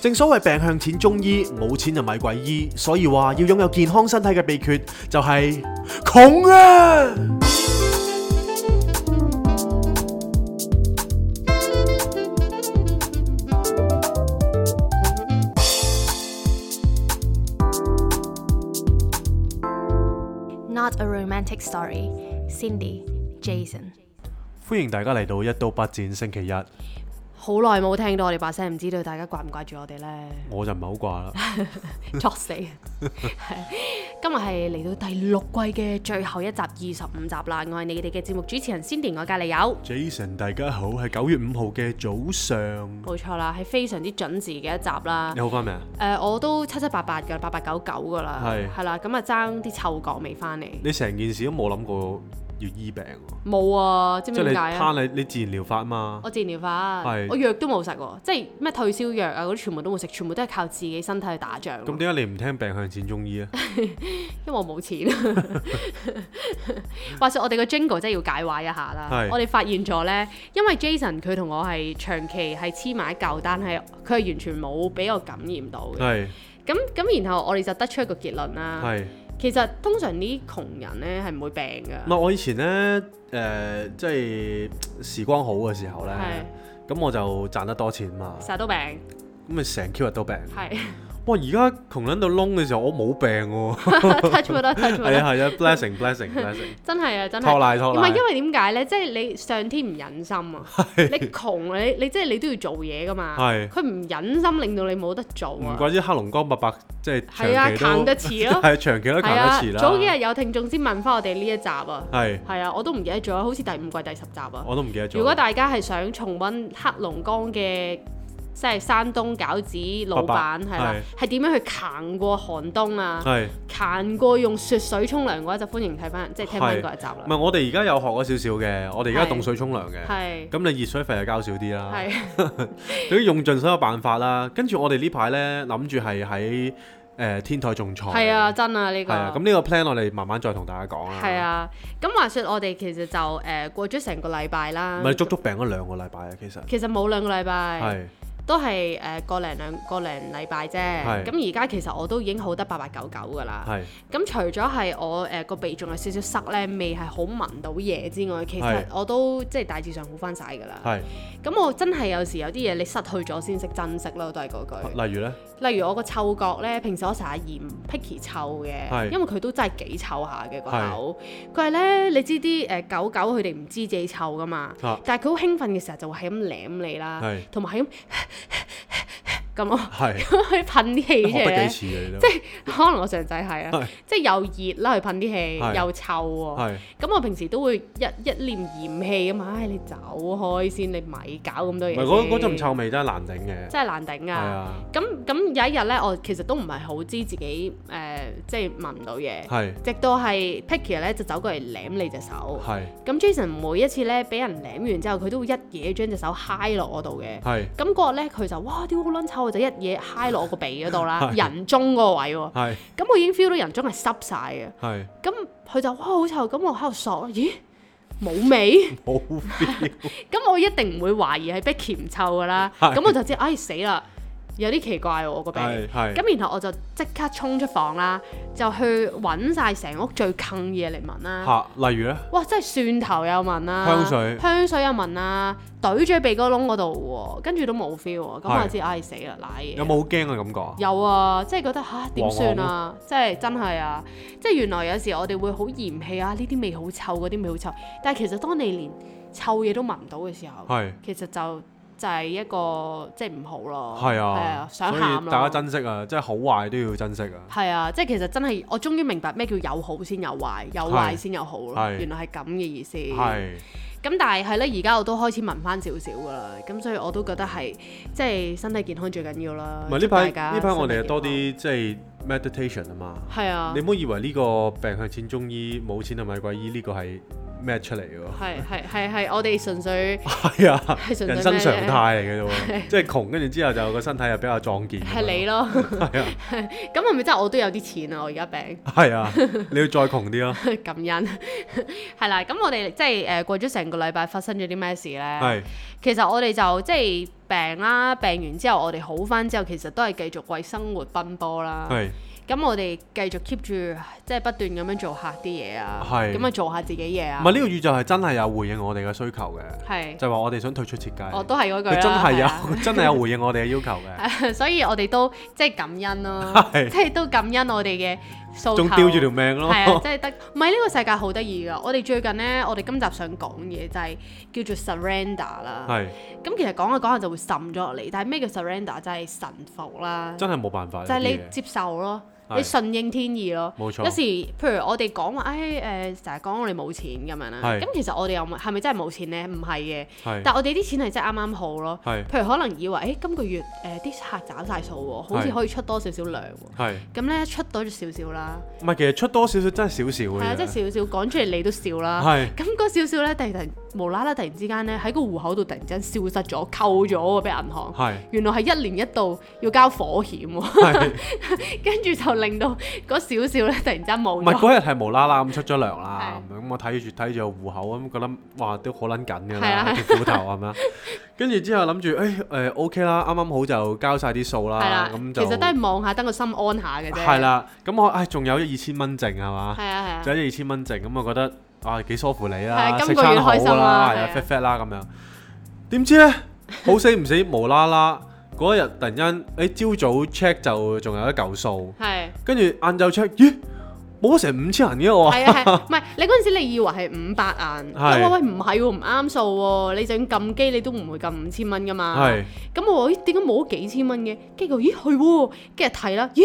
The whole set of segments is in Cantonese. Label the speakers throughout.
Speaker 1: 正所謂病向淺中醫，冇錢就咪鬼醫，所以話要擁有健康身體嘅秘訣就係窮啊！
Speaker 2: Not a romantic story. Cindy, Jason，
Speaker 1: 歡迎大家嚟到一刀不剪星期一，
Speaker 2: 好耐冇聽到我哋把聲，唔知道大家掛唔掛住我哋 呢？
Speaker 1: 我就唔係好掛啦。
Speaker 2: 作死！ 係今日係嚟到第六季嘅最後一集二十五集啦。我係你哋嘅節目主持人 Cindy，我隔離有，
Speaker 1: Jason，大家好，係九月五號嘅早上，
Speaker 2: 冇錯啦，係非常之準時嘅一集啦
Speaker 1: 你。好翻未啊？
Speaker 2: 誒、我都七七八八㗎，八八九九㗎啦，
Speaker 1: 係
Speaker 2: 係啦，咁啊爭啲嗅覺未翻嚟。
Speaker 1: 你成件事都冇諗過要醫病喎，
Speaker 2: 冇啊，知唔
Speaker 1: 即
Speaker 2: 知
Speaker 1: 係你
Speaker 2: 點解啊？
Speaker 1: 攤你你自然療法啊嘛。
Speaker 2: 我治療法
Speaker 1: 係，
Speaker 2: 我藥都冇食喎，即係咩退燒藥啊嗰啲全部都冇食，全部都係靠自己身體去打仗咯。
Speaker 1: 咁點解你唔聽病向淺中醫 啊？
Speaker 2: 因為我冇錢。 話說我哋個 jingle 真係要解話一下啦
Speaker 1: 係。
Speaker 2: 我哋發現咗呢，因為 Jason 佢同我係長期係黐埋一嚿，但係佢係完全冇俾我感染到嘅。
Speaker 1: 係
Speaker 2: 咁咁，然後我哋就得出一個結論啦。
Speaker 1: 係。
Speaker 2: 其實通常啲窮人呢係唔會病㗎。
Speaker 1: 唔係我以前咧，誒、即係時光好嘅時候咧，咁我就賺得多錢嘛，
Speaker 2: 成日都病，
Speaker 1: 咁咪成 Q 日都病。
Speaker 2: 係
Speaker 1: 哇！而家窮撚到窿嘅時候，我冇病喎。
Speaker 2: 啊 touch wood 啦，touch wood
Speaker 1: 係
Speaker 2: 啦
Speaker 1: 啊係啊，blessing blessing blessing，
Speaker 2: 真係啊，真係
Speaker 1: 拖。賴拖
Speaker 2: 唔係
Speaker 1: 賴
Speaker 2: 因。為點解咧？即係你上天唔忍心啊！你窮你你即係你都要做嘢噶嘛。
Speaker 1: 係
Speaker 2: 佢唔忍心令到你冇得做
Speaker 1: 唔
Speaker 2: 啊。
Speaker 1: 怪之黑龍江伯伯即係
Speaker 2: 係啊，
Speaker 1: 長期
Speaker 2: 行
Speaker 1: 都
Speaker 2: 得遲 咯。
Speaker 1: 係長期都行
Speaker 2: 係
Speaker 1: 得
Speaker 2: 啊
Speaker 1: 遲，啦。
Speaker 2: 早幾日有聽眾先問翻我哋呢一集啊。
Speaker 1: 係
Speaker 2: 係啊，我都唔記得咗，好似第五季第十集啊。
Speaker 1: 我都唔記得咗。
Speaker 2: 如果大家係想重温黑龍江嘅即係山東餃子老
Speaker 1: 伯伯
Speaker 2: 闆係啦，係點樣去行過寒冬啊？
Speaker 1: 係
Speaker 2: 行過用雪水沖涼嘅話，就歡迎睇翻即係聽翻嗰一集
Speaker 1: 唔
Speaker 2: 啦。
Speaker 1: 係我哋而家有學咗少少嘅，我哋而家
Speaker 2: 係
Speaker 1: 凍水沖涼嘅，
Speaker 2: 係
Speaker 1: 咁你熱水費就交少啲啦。
Speaker 2: 係。
Speaker 1: 總之用盡所有辦法啦。跟住我哋呢排呢，諗住係喺誒天台種菜。
Speaker 2: 係啊，，真啊呢
Speaker 1: 係啊。
Speaker 2: 個
Speaker 1: 咁。呢個 plan 我哋慢慢再同大家講啦。
Speaker 2: 係，啊，咁話說我哋其實就誒、呃、過咗成個禮拜啦
Speaker 1: 唔。係足足病咗兩個禮拜啊，其實
Speaker 2: 其實冇兩個禮拜，
Speaker 1: 係
Speaker 2: 都係誒、呃、個零兩個零禮拜啫。
Speaker 1: 係
Speaker 2: 咁而家其實我都已經好得八八九九㗎啦。
Speaker 1: 係
Speaker 2: 咁除咗係我誒個、鼻仲有少少塞咧，未係好聞到嘢之外，其實
Speaker 1: 係
Speaker 2: 我都即係大致上好翻晒㗎啦。
Speaker 1: 係。
Speaker 2: 咁我真係有時有啲嘢你失去咗先識珍惜咯，都係嗰句。
Speaker 1: 例如呢，
Speaker 2: 例如我個嗅覺咧，平時我成日嫌 Picky 臭嘅，
Speaker 1: 係
Speaker 2: 因為佢都真係幾臭下嘅個
Speaker 1: 係
Speaker 2: 口。佢係咧，你知啲誒、呃狗狗佢哋唔知自己臭噶嘛，
Speaker 1: 啊
Speaker 2: 但係佢好興奮嘅時候就會係咁舐你啦
Speaker 1: 係，
Speaker 2: 同埋係咁 咁咯，
Speaker 1: 係
Speaker 2: 去噴 啲氣出
Speaker 1: 學
Speaker 2: 嚟
Speaker 1: 得幾
Speaker 2: 咧。
Speaker 1: 次嘅你都
Speaker 2: 啊即係可能我上仔係啊
Speaker 1: 係，
Speaker 2: 即係又熱啦，佢噴啲氣，
Speaker 1: 係
Speaker 2: 又臭喎、
Speaker 1: 係
Speaker 2: 咁我平時都會一一念嫌棄咁啊，唉，你走開先，你咪搞咁多
Speaker 1: 唔
Speaker 2: 嘢。
Speaker 1: 係嗰嗰陣，臭味真係難頂嘅。
Speaker 2: 真係難頂
Speaker 1: 係啊，
Speaker 2: 咁咁有一日咧，我其實都唔係好知自己誒、呃即係聞唔到嘢。
Speaker 1: 係啊
Speaker 2: 直到係 Picky 咧就走過嚟舐你隻手。
Speaker 1: 係
Speaker 2: 咁 Jason 每一次咧俾人舐完之後，佢都會一嘢將隻手揩落我度嘅。
Speaker 1: 係
Speaker 2: 咁嗰日咧，佢就哇屌好撚臭，我就一嘢揩落我個鼻嗰 度啦，
Speaker 1: 係
Speaker 2: 人中嗰個位喎。
Speaker 1: 係
Speaker 2: 咁我已經 feel 到人中係濕晒嘅。
Speaker 1: 係
Speaker 2: 咁佢就哇好臭，咁我喺度索啦，咦冇味？
Speaker 1: 冇 feel
Speaker 2: 咁我一定唔會懷疑係 Picky 唔臭噶啦。
Speaker 1: 係
Speaker 2: 咁我就知，唉、死啦，有啲奇怪喎我個鼻。
Speaker 1: 係係
Speaker 2: 咁然後我就即刻衝出房啦，就去揾晒成屋最坑嘢嚟聞啦。
Speaker 1: 嚇，例如呢，
Speaker 2: 哇！真係蒜頭又聞啦，
Speaker 1: 香水
Speaker 2: 香水又聞啦，懟咗喺鼻哥窿嗰度喎，跟住都冇 feel 喎，咁
Speaker 1: 係
Speaker 2: 我就知唉死啦，賴嘢。
Speaker 1: 有冇好驚嘅感覺啊？
Speaker 2: 有啊，即係覺得吓點算啊？即係真係啊！即係原來有時我哋會好嫌棄啊，呢啲味好臭，嗰啲味好臭。但係其實當你連臭嘢都聞唔到嘅時候，
Speaker 1: 係
Speaker 2: 其實就就係一個即係唔好咯。
Speaker 1: 係
Speaker 2: 係
Speaker 1: 啊
Speaker 2: 啊，，想
Speaker 1: 所
Speaker 2: 喊
Speaker 1: 以大家
Speaker 2: 咯。
Speaker 1: 珍惜啊，即係好壞都要珍惜啊。
Speaker 2: 係啊，即係其實真係我終於明白咩叫有好先有壞，有壞先有好咯。
Speaker 1: 係
Speaker 2: 原來係咁嘅意思。
Speaker 1: 係
Speaker 2: 咁但係係咧，而家我都開始聞翻少少㗎啦。咁所以我都覺得係即係身體健康最緊要啦。
Speaker 1: 唔係呢
Speaker 2: 祝大家
Speaker 1: 排呢排我哋
Speaker 2: 身
Speaker 1: 又
Speaker 2: 體
Speaker 1: 多啲即係 meditation 啊嘛。
Speaker 2: 健康。係啊
Speaker 1: 你。唔好以為呢個病向淺中醫冇錢就買貴醫呢個係咩出嚟嘅喎。
Speaker 2: 係係係係，我哋純粹
Speaker 1: 係啊，
Speaker 2: 係純粹
Speaker 1: 人生
Speaker 2: 咩
Speaker 1: 常
Speaker 2: 啫
Speaker 1: 態嚟嘅啫喎，即係窮，跟住之後就個身體又比較壯健。
Speaker 2: 係你 咯。
Speaker 1: 啊
Speaker 2: 咁係咪真係我都有啲錢啊？我而家病
Speaker 1: 係啊，你要再窮啲咯。
Speaker 2: 感恩係啦。咁我哋即係誒過咗成個禮拜發生咗啲咩事咧？
Speaker 1: 係
Speaker 2: 其實我哋就即係病啦，病完之後我哋好翻之後，其實都係繼續為生活奔波啦。
Speaker 1: 係
Speaker 2: 咁我哋繼續 keep 住即係不斷咁樣做客啲嘢啊，
Speaker 1: 係
Speaker 2: 咁啊做下自己嘢
Speaker 1: 唔
Speaker 2: 啊
Speaker 1: 係，呢個宇宙係真係有回應我哋嘅需求嘅，
Speaker 2: 係，
Speaker 1: 就係話我哋想退出設計。
Speaker 2: 我都係嗰句
Speaker 1: 佢真
Speaker 2: 啦
Speaker 1: 係有，
Speaker 2: 係啊 啊
Speaker 1: 真係有回應我哋嘅要求 嘅，
Speaker 2: 所以我哋都即係感恩咯，
Speaker 1: 係
Speaker 2: 即係都感恩我哋嘅訴求。
Speaker 1: 仲吊住條命咯。
Speaker 2: 係啊，真係得，唔係呢個世界好得意㗎。我哋最近呢，我哋今集想講嘢就係叫做 surrender 啦。
Speaker 1: 係
Speaker 2: 咁其實講下講下就會滲咗落嚟，但係咩叫 surrender 就係臣服啦，
Speaker 1: 真係冇辦法。
Speaker 2: 就係
Speaker 1: 呢啲
Speaker 2: 你
Speaker 1: 嘢
Speaker 2: 接受咯，
Speaker 1: 係
Speaker 2: 你順應天意咯。
Speaker 1: 冇
Speaker 2: 有
Speaker 1: 錯，
Speaker 2: 時，譬如我哋講話，唉誒，成日講我哋冇錢咁樣啦。
Speaker 1: 係
Speaker 2: 咁其實我哋又冇係咪真係冇錢呢？唔係嘅，
Speaker 1: 係
Speaker 2: 但我哋啲錢係真係啱啱好咯。
Speaker 1: 係
Speaker 2: 譬如可能以為，誒、哎今個月誒啲、客找晒數喎，好似
Speaker 1: 係
Speaker 2: 可以出多少少糧喎。
Speaker 1: 係，
Speaker 2: 咁咧出到少少啦，
Speaker 1: 唔係其實出多少少真係少少嘅啫。
Speaker 2: 係啊，即係少少講出嚟你都笑啦。
Speaker 1: 係
Speaker 2: 咁嗰少少咧，突然無啦啦，突然之間咧喺個戶口度突然之間消失咗，扣咗喎，俾銀行。
Speaker 1: 係
Speaker 2: 原來係一年一度要交火險喎，
Speaker 1: 係。
Speaker 2: 跟住就令到嗰少少咧突然之間冇
Speaker 1: 唔係
Speaker 2: 咗。
Speaker 1: 嗰日係無啦啦咁出咗糧啦，咁樣我睇住睇住個戶口咁覺得哇都好撚緊㗎
Speaker 2: 係啊
Speaker 1: 啦，條斧頭係 咪啊？跟住之後諗住誒誒 OK 啦，啱啱好就交晒啲數
Speaker 2: 係
Speaker 1: 啦
Speaker 2: 啦，，
Speaker 1: 啊咁
Speaker 2: 其
Speaker 1: 就
Speaker 2: 實都係望下，等個心安下嘅啫。
Speaker 1: 係，啦。咁我唉仲有一二千蚊剩係嘛
Speaker 2: 係，啊係
Speaker 1: 仲
Speaker 2: 啊，
Speaker 1: 有一二千蚊剩，咁我覺得啊幾舒服你
Speaker 2: 係
Speaker 1: 啦，
Speaker 2: 啊今
Speaker 1: 食
Speaker 2: 個月
Speaker 1: 餐好
Speaker 2: 開心啦
Speaker 1: 啦，係
Speaker 2: 係啊
Speaker 1: 啊 fat fat 啦咁樣。點知咧好死唔死無啦啦嗰一日突然間誒朝早 check 就仲有一嚿數，
Speaker 2: 係。
Speaker 1: 跟住晏晝 check 咦冇咗成五千銀嘅我話
Speaker 2: 係啊係，唔係你嗰陣時你以為係五百銀，
Speaker 1: 哦係
Speaker 2: 我話喂唔係喎，唔啱數喎，你就算撳機你都唔會撳五千蚊噶嘛。
Speaker 1: 係。
Speaker 2: 咁我話咦點解冇咗幾千蚊嘅？跟住佢咦係喎，跟住睇啦，咦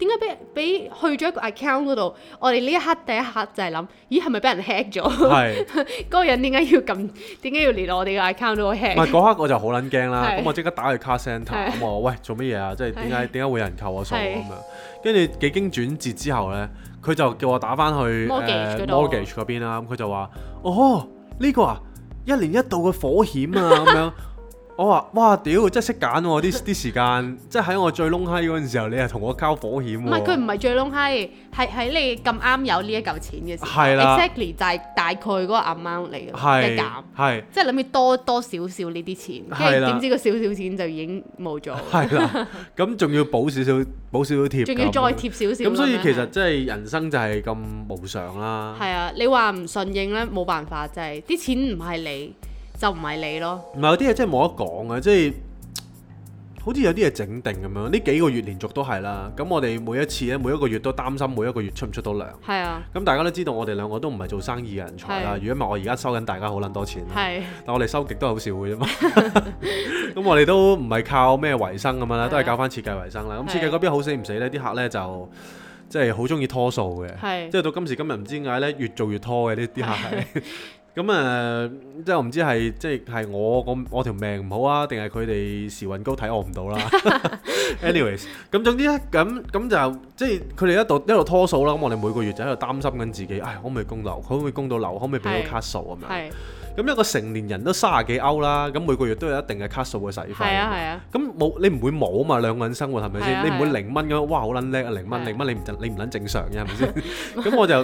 Speaker 2: 點解俾俾去咗一個 account 嗰度？我哋呢一刻第一刻就係諗，咦係咪俾人 hack 咗？
Speaker 1: 係，
Speaker 2: 嗰個人點解要撳？點解要連我哋嘅 account 都
Speaker 1: 唔係
Speaker 2: hack？
Speaker 1: 嗰刻我就好撚驚啦，
Speaker 2: 係
Speaker 1: 咁我即刻打去 car centre，
Speaker 2: 係
Speaker 1: 咁我話喂做乜嘢啊？即係點解
Speaker 2: 係
Speaker 1: 點解會有人扣我數啊
Speaker 2: 係
Speaker 1: 咁樣？跟住幾經轉折之後咧，佢就叫我打翻去
Speaker 2: Mortgage
Speaker 1: 誒
Speaker 2: 嗰度
Speaker 1: mortgage 嗰邊啦，咁佢就話：哦呢個啊，一年一度嘅火險 啊咁樣。我話：哇屌，真係識揀喎！啲啲時間，即係喺我最窿閪嗰陣時候，你係同我交火險
Speaker 2: 唔係佢
Speaker 1: 喎。
Speaker 2: 唔係最窿閪，係喺你咁啱有呢一嚿錢嘅時候
Speaker 1: 係啦
Speaker 2: ，exactly 就係大概嗰個 amount 嚟嘅，
Speaker 1: 係
Speaker 2: 嘅減。
Speaker 1: 係
Speaker 2: 即係諗住多多少少呢啲錢，
Speaker 1: 係
Speaker 2: 跟住
Speaker 1: 啦
Speaker 2: 點知個少少錢就已經冇咗，
Speaker 1: 係啦，咁仲要補少少補少少貼咁，啊
Speaker 2: 仲要再貼少少樣。
Speaker 1: 咁所以其實即係人生就係咁無常啦。
Speaker 2: 係啊，你話唔順應咧，冇辦法，就係啲錢唔係你，就唔係你咯。
Speaker 1: 唔係有啲嘢真係冇得講嘅，即係好似有啲嘢整定咁樣。呢幾個月連續都係啦。咁我哋每一次咧，每一個月都擔心每一個月出唔出到糧。
Speaker 2: 係啊，
Speaker 1: 咁大家都知道，我哋兩個都唔係做生意嘅人才啦。
Speaker 2: 係
Speaker 1: 如果唔係，我而家收緊大家好撚多錢啦。
Speaker 2: 係
Speaker 1: 但我哋收極都係好少嘅啫 嘛。咁我哋都唔係靠咩維生咁樣啦，都係靠啊翻設計維生啦。咁
Speaker 2: 係
Speaker 1: 設計嗰邊好死唔死呢？啲客呢就即係好中意拖數嘅。
Speaker 2: 係
Speaker 1: 即係到今時今日唔知點解咧，越做越拖嘅呢啲客係。 咁誒、呃即係我唔知係即係係我我我條命唔好啊，定係佢哋時運高睇我唔到 啦。anyways，咁總之咧，咁咁就即係佢哋一度一路拖數啦。咁我哋每個月就喺度擔心緊自己，唉，可唔可以供樓？可唔可以供到樓？可唔可以俾
Speaker 2: 係
Speaker 1: 到卡數咁樣？
Speaker 2: 係
Speaker 1: 咁一個成年人都三十幾歐啦，咁每個月都有一定嘅卡數嘅使費。
Speaker 2: 係啊係啊，
Speaker 1: 咁冇你唔會冇啊嘛，兩個人生活係咪
Speaker 2: 係啊
Speaker 1: 先？你唔
Speaker 2: 係
Speaker 1: 會
Speaker 2: 啊
Speaker 1: 零蚊咁樣，哇好撚叻啊！零
Speaker 2: 係
Speaker 1: 蚊
Speaker 2: 啊
Speaker 1: 零蚊你唔你唔撚正常嘅係咪先？ 咁我就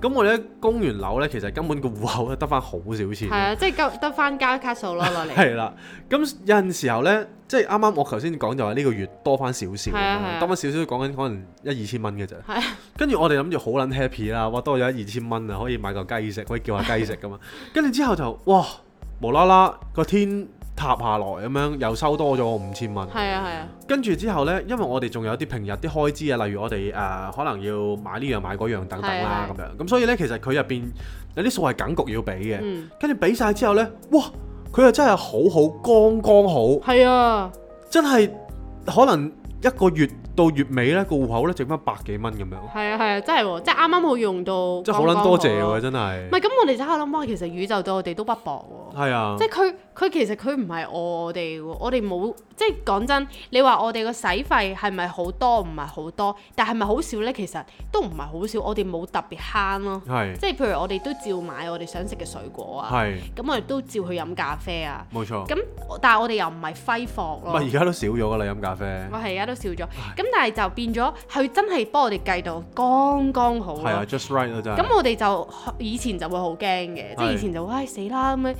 Speaker 1: 咁我咧供完樓咧，其實根本個戶口咧得翻好少
Speaker 2: 係
Speaker 1: 錢。
Speaker 2: 啊，即係得得翻交卡數咯落嚟。
Speaker 1: 係啦，咁有陣時候咧，即係啱啱我頭先講就話呢個月多翻少少咁
Speaker 2: 係啊係
Speaker 1: 樣，
Speaker 2: 啊
Speaker 1: 多翻少少講緊可能一二千蚊嘅啫
Speaker 2: 係。啊
Speaker 1: 跟住我哋諗住好撚 happy 啦，哇多咗一二千蚊啊，可以買嚿雞食，可以叫下雞食噶嘛。跟住之後就哇無啦啦個天塌下來咁樣，又收多咗我五千蚊。
Speaker 2: 係啊係啊，
Speaker 1: 跟住之後呢，因為我哋仲有啲平日啲開支啊，例如我哋誒、呃可能要買呢樣買嗰樣等等啦
Speaker 2: 係
Speaker 1: 咁樣，咁所以呢，其實佢入邊有啲數係梗局要俾嘅，
Speaker 2: 嗯，
Speaker 1: 跟住俾晒之後呢，哇！佢又真係好好，剛剛好，
Speaker 2: 係啊，
Speaker 1: 真係可能一個月到月尾呢個戶口呢，剩翻百幾蚊咁樣，
Speaker 2: 係啊係啊，真係喎，即係啱啱好用到，
Speaker 1: 真係好撚多謝
Speaker 2: 喎。
Speaker 1: 喎，
Speaker 2: 唔
Speaker 1: 真係
Speaker 2: 係。咁，我哋就喺度諗哇，其實宇宙對我哋都不薄喎。
Speaker 1: 係啊
Speaker 2: 即，係佢佢其實佢唔係我哋喎，我哋冇即係講真，你話我哋個使費係咪好多？唔係好多，但係咪好少呢？其實都唔係好少，我哋冇特別慳咯。
Speaker 1: 係
Speaker 2: 即係譬如我哋都照買我哋想食嘅水果啊，
Speaker 1: 係
Speaker 2: 咁我哋都照去飲咖啡啊。
Speaker 1: 冇錯。
Speaker 2: 咁但係我哋又唔係揮霍
Speaker 1: 唔係
Speaker 2: 咯
Speaker 1: 而。家都少咗㗎啦，飲咖啡
Speaker 2: 我係而家都笑咗，咁但係就變咗佢真係幫我哋計到剛剛好
Speaker 1: 係啊
Speaker 2: 咯。
Speaker 1: ，just right 啊真係。
Speaker 2: 咁我哋就以前就會好驚嘅，即係
Speaker 1: 係
Speaker 2: 以前就唉死啦咁樣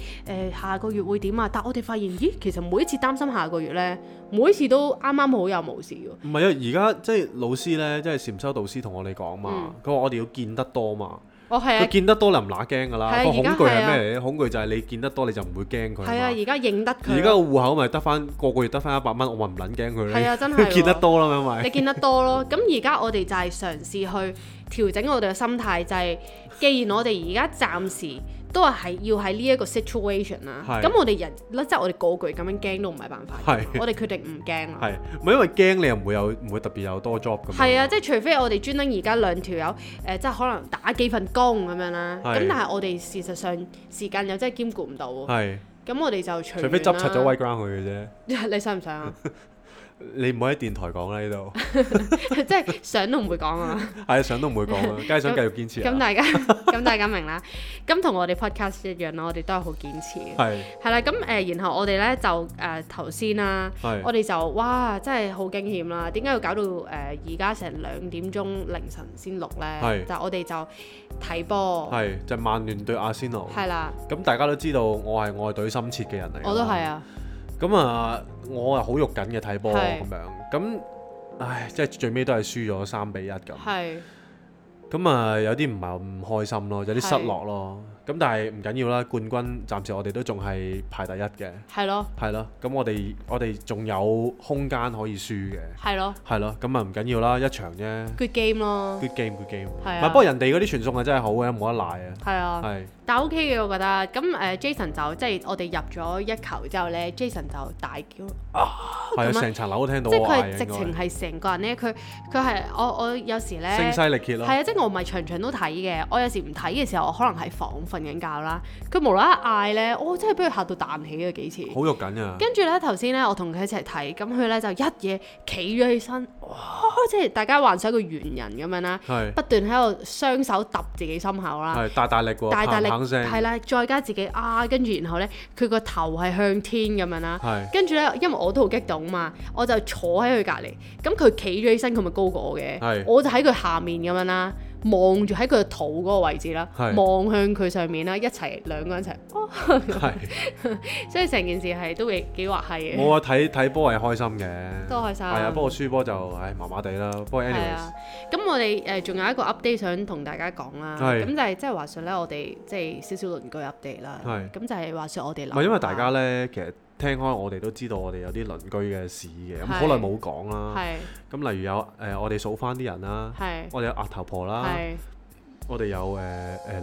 Speaker 2: 誒，下個月會點啊？但我哋發現，咦，其實每一次擔心下個月呢，每一次都啱啱好又冇事
Speaker 1: 唔
Speaker 2: 喎。
Speaker 1: 係啊，而家即係老師咧，即係禪修導師同我哋講嘛，佢話我哋要見得多嘛，
Speaker 2: 我係
Speaker 1: 佢
Speaker 2: 啊，
Speaker 1: 見得多就唔乸驚㗎啦。
Speaker 2: 係啊
Speaker 1: 個恐懼
Speaker 2: 而
Speaker 1: 係
Speaker 2: 家係啊
Speaker 1: 咩嚟咧？恐懼就係你見得多你就唔會驚佢。
Speaker 2: 係啊，而家認得
Speaker 1: 而家個
Speaker 2: 佢，
Speaker 1: 户口咪得翻個個月得翻一百蚊，我咪唔撚驚佢
Speaker 2: 係
Speaker 1: 咧。
Speaker 2: 啊，真係喎
Speaker 1: 見得多啦，因為
Speaker 2: 你見得多咯。咁而家我哋就係嘗試去調整我哋嘅心態，就係、既然我哋而家暫時都係喺要喺呢一個 situation 啦，
Speaker 1: 係
Speaker 2: 咁我哋人咧即係我哋個個月咁樣驚都唔係辦法嘅
Speaker 1: 係，
Speaker 2: 我哋決定唔驚啦。
Speaker 1: 係唔係因為驚你又唔會有唔會特別有多 job 咁樣？
Speaker 2: 係啊，即係除非我哋專登而家兩條友誒、呃即係可能打幾份工咁樣啦。
Speaker 1: 係
Speaker 2: 咁但係我哋事實上時間又真係兼顧唔到喎。
Speaker 1: 係，
Speaker 2: 咁我哋就隨
Speaker 1: 除非執
Speaker 2: 緣
Speaker 1: 柒
Speaker 2: 啦
Speaker 1: 咗威 ground 佢嘅啫。
Speaker 2: 你想唔想啊？
Speaker 1: 你唔好喺電台講啦，呢度
Speaker 2: 即係想都唔會講 啊。
Speaker 1: 係想都唔會講啦，梗係想繼續堅持
Speaker 2: 咁
Speaker 1: 啦。
Speaker 2: 大家 咁大家明啦。咁同我哋 podcast 一樣啦，我哋都係好堅持嘅。
Speaker 1: 係
Speaker 2: 係啦，咁誒、呃然後我哋咧就誒頭先啦，我
Speaker 1: 係
Speaker 2: 哋就哇真係好驚險啦！點解要搞到誒而家成兩點鐘凌晨先錄咧？
Speaker 1: 係
Speaker 2: 就我哋就睇波，
Speaker 1: 係就曼聯對阿仙奴。
Speaker 2: 係啦，
Speaker 1: 咁大家都知道我係愛隊深切嘅人嚟㗎啦。
Speaker 2: 我都係啊，
Speaker 1: 咁啊，我係好肉緊嘅睇波
Speaker 2: 係
Speaker 1: 咁樣。咁唉，即係最尾都係輸咗三比一咁。
Speaker 2: 係
Speaker 1: 咁啊，有啲唔係唔開心咯，有啲失落咯。咁但係唔緊要啦，冠軍暫時我哋都仲係排第一嘅，
Speaker 2: 係咯，
Speaker 1: 係咯。咁我哋我哋仲有空間可以輸嘅，
Speaker 2: 係咯
Speaker 1: 係咯。咁啊唔緊要啦，一場啫。
Speaker 2: ，good game 咯，
Speaker 1: Good game，good game。
Speaker 2: 係
Speaker 1: 唔
Speaker 2: 啊
Speaker 1: 係，不過人哋嗰啲傳送係真係好嘅，冇得賴啊。
Speaker 2: 係啊，
Speaker 1: 係
Speaker 2: 但 OK 嘅我覺得。咁誒、呃 Jason 就即係我哋入咗一球之後咧，Jason 就大叫，
Speaker 1: 係啊，
Speaker 2: 咁啊
Speaker 1: 成層樓都聽到
Speaker 2: 即係
Speaker 1: 我
Speaker 2: 佢
Speaker 1: 嗌
Speaker 2: 係
Speaker 1: 啊
Speaker 2: 直
Speaker 1: 應
Speaker 2: 情係成個人咧，佢佢係我我有時
Speaker 1: 該聲
Speaker 2: 咧。
Speaker 1: 嘶力竭咯。
Speaker 2: 係啊，即係我唔係場場都睇嘅，我有時唔睇嘅時候，我可能喺房瞓緊覺啦，佢無啦啦嗌咧，我真係俾佢嚇到彈起咗幾次。
Speaker 1: 好肉緊啊！
Speaker 2: 跟住咧，頭先咧，我同佢一齊睇，咁佢咧就一嘢企咗起身，哇！即係大家幻想一個猿人咁樣啦，
Speaker 1: 係
Speaker 2: 不斷喺度雙手揼自己心口啦，
Speaker 1: 係大大力喎，
Speaker 2: 大大力
Speaker 1: 砰砰聲
Speaker 2: 係啦，再加自己啊，跟住然後咧，佢個頭係向天咁樣啦。
Speaker 1: 係。
Speaker 2: 跟住咧，因為我都好激動嘛，我就坐喺佢隔離，咁佢企咗起身，佢咪高過我嘅
Speaker 1: 係，
Speaker 2: 我就喺佢下面咁樣啦，望住喺佢個肚嗰個位置啦，
Speaker 1: 係
Speaker 2: 望向佢上面啦，一齊兩個人一齊，哦
Speaker 1: 係，
Speaker 2: 所以成件事係都幾幾滑稽嘅，
Speaker 1: 我睇睇波係開心嘅，
Speaker 2: 都開心。
Speaker 1: 係啊，不過輸波就唉麻麻地啦。不過
Speaker 2: 係
Speaker 1: anyways，
Speaker 2: 啊，咁我哋誒仲有一個 update 想同大家講啦，
Speaker 1: 係
Speaker 2: 咁就係即係話說咧，我哋即係少少鄰居 update 啦，
Speaker 1: 係
Speaker 2: 咁就係話說我哋
Speaker 1: 唔係因為大家咧，其實聽開我哋都知道我哋有啲鄰居嘅事嘅，咁
Speaker 2: 係
Speaker 1: 好耐冇講啦。
Speaker 2: 係
Speaker 1: 咁例如有誒我哋數翻啲人啦，
Speaker 2: 係
Speaker 1: 我哋有額頭婆啦，
Speaker 2: 係
Speaker 1: 我哋有誒誒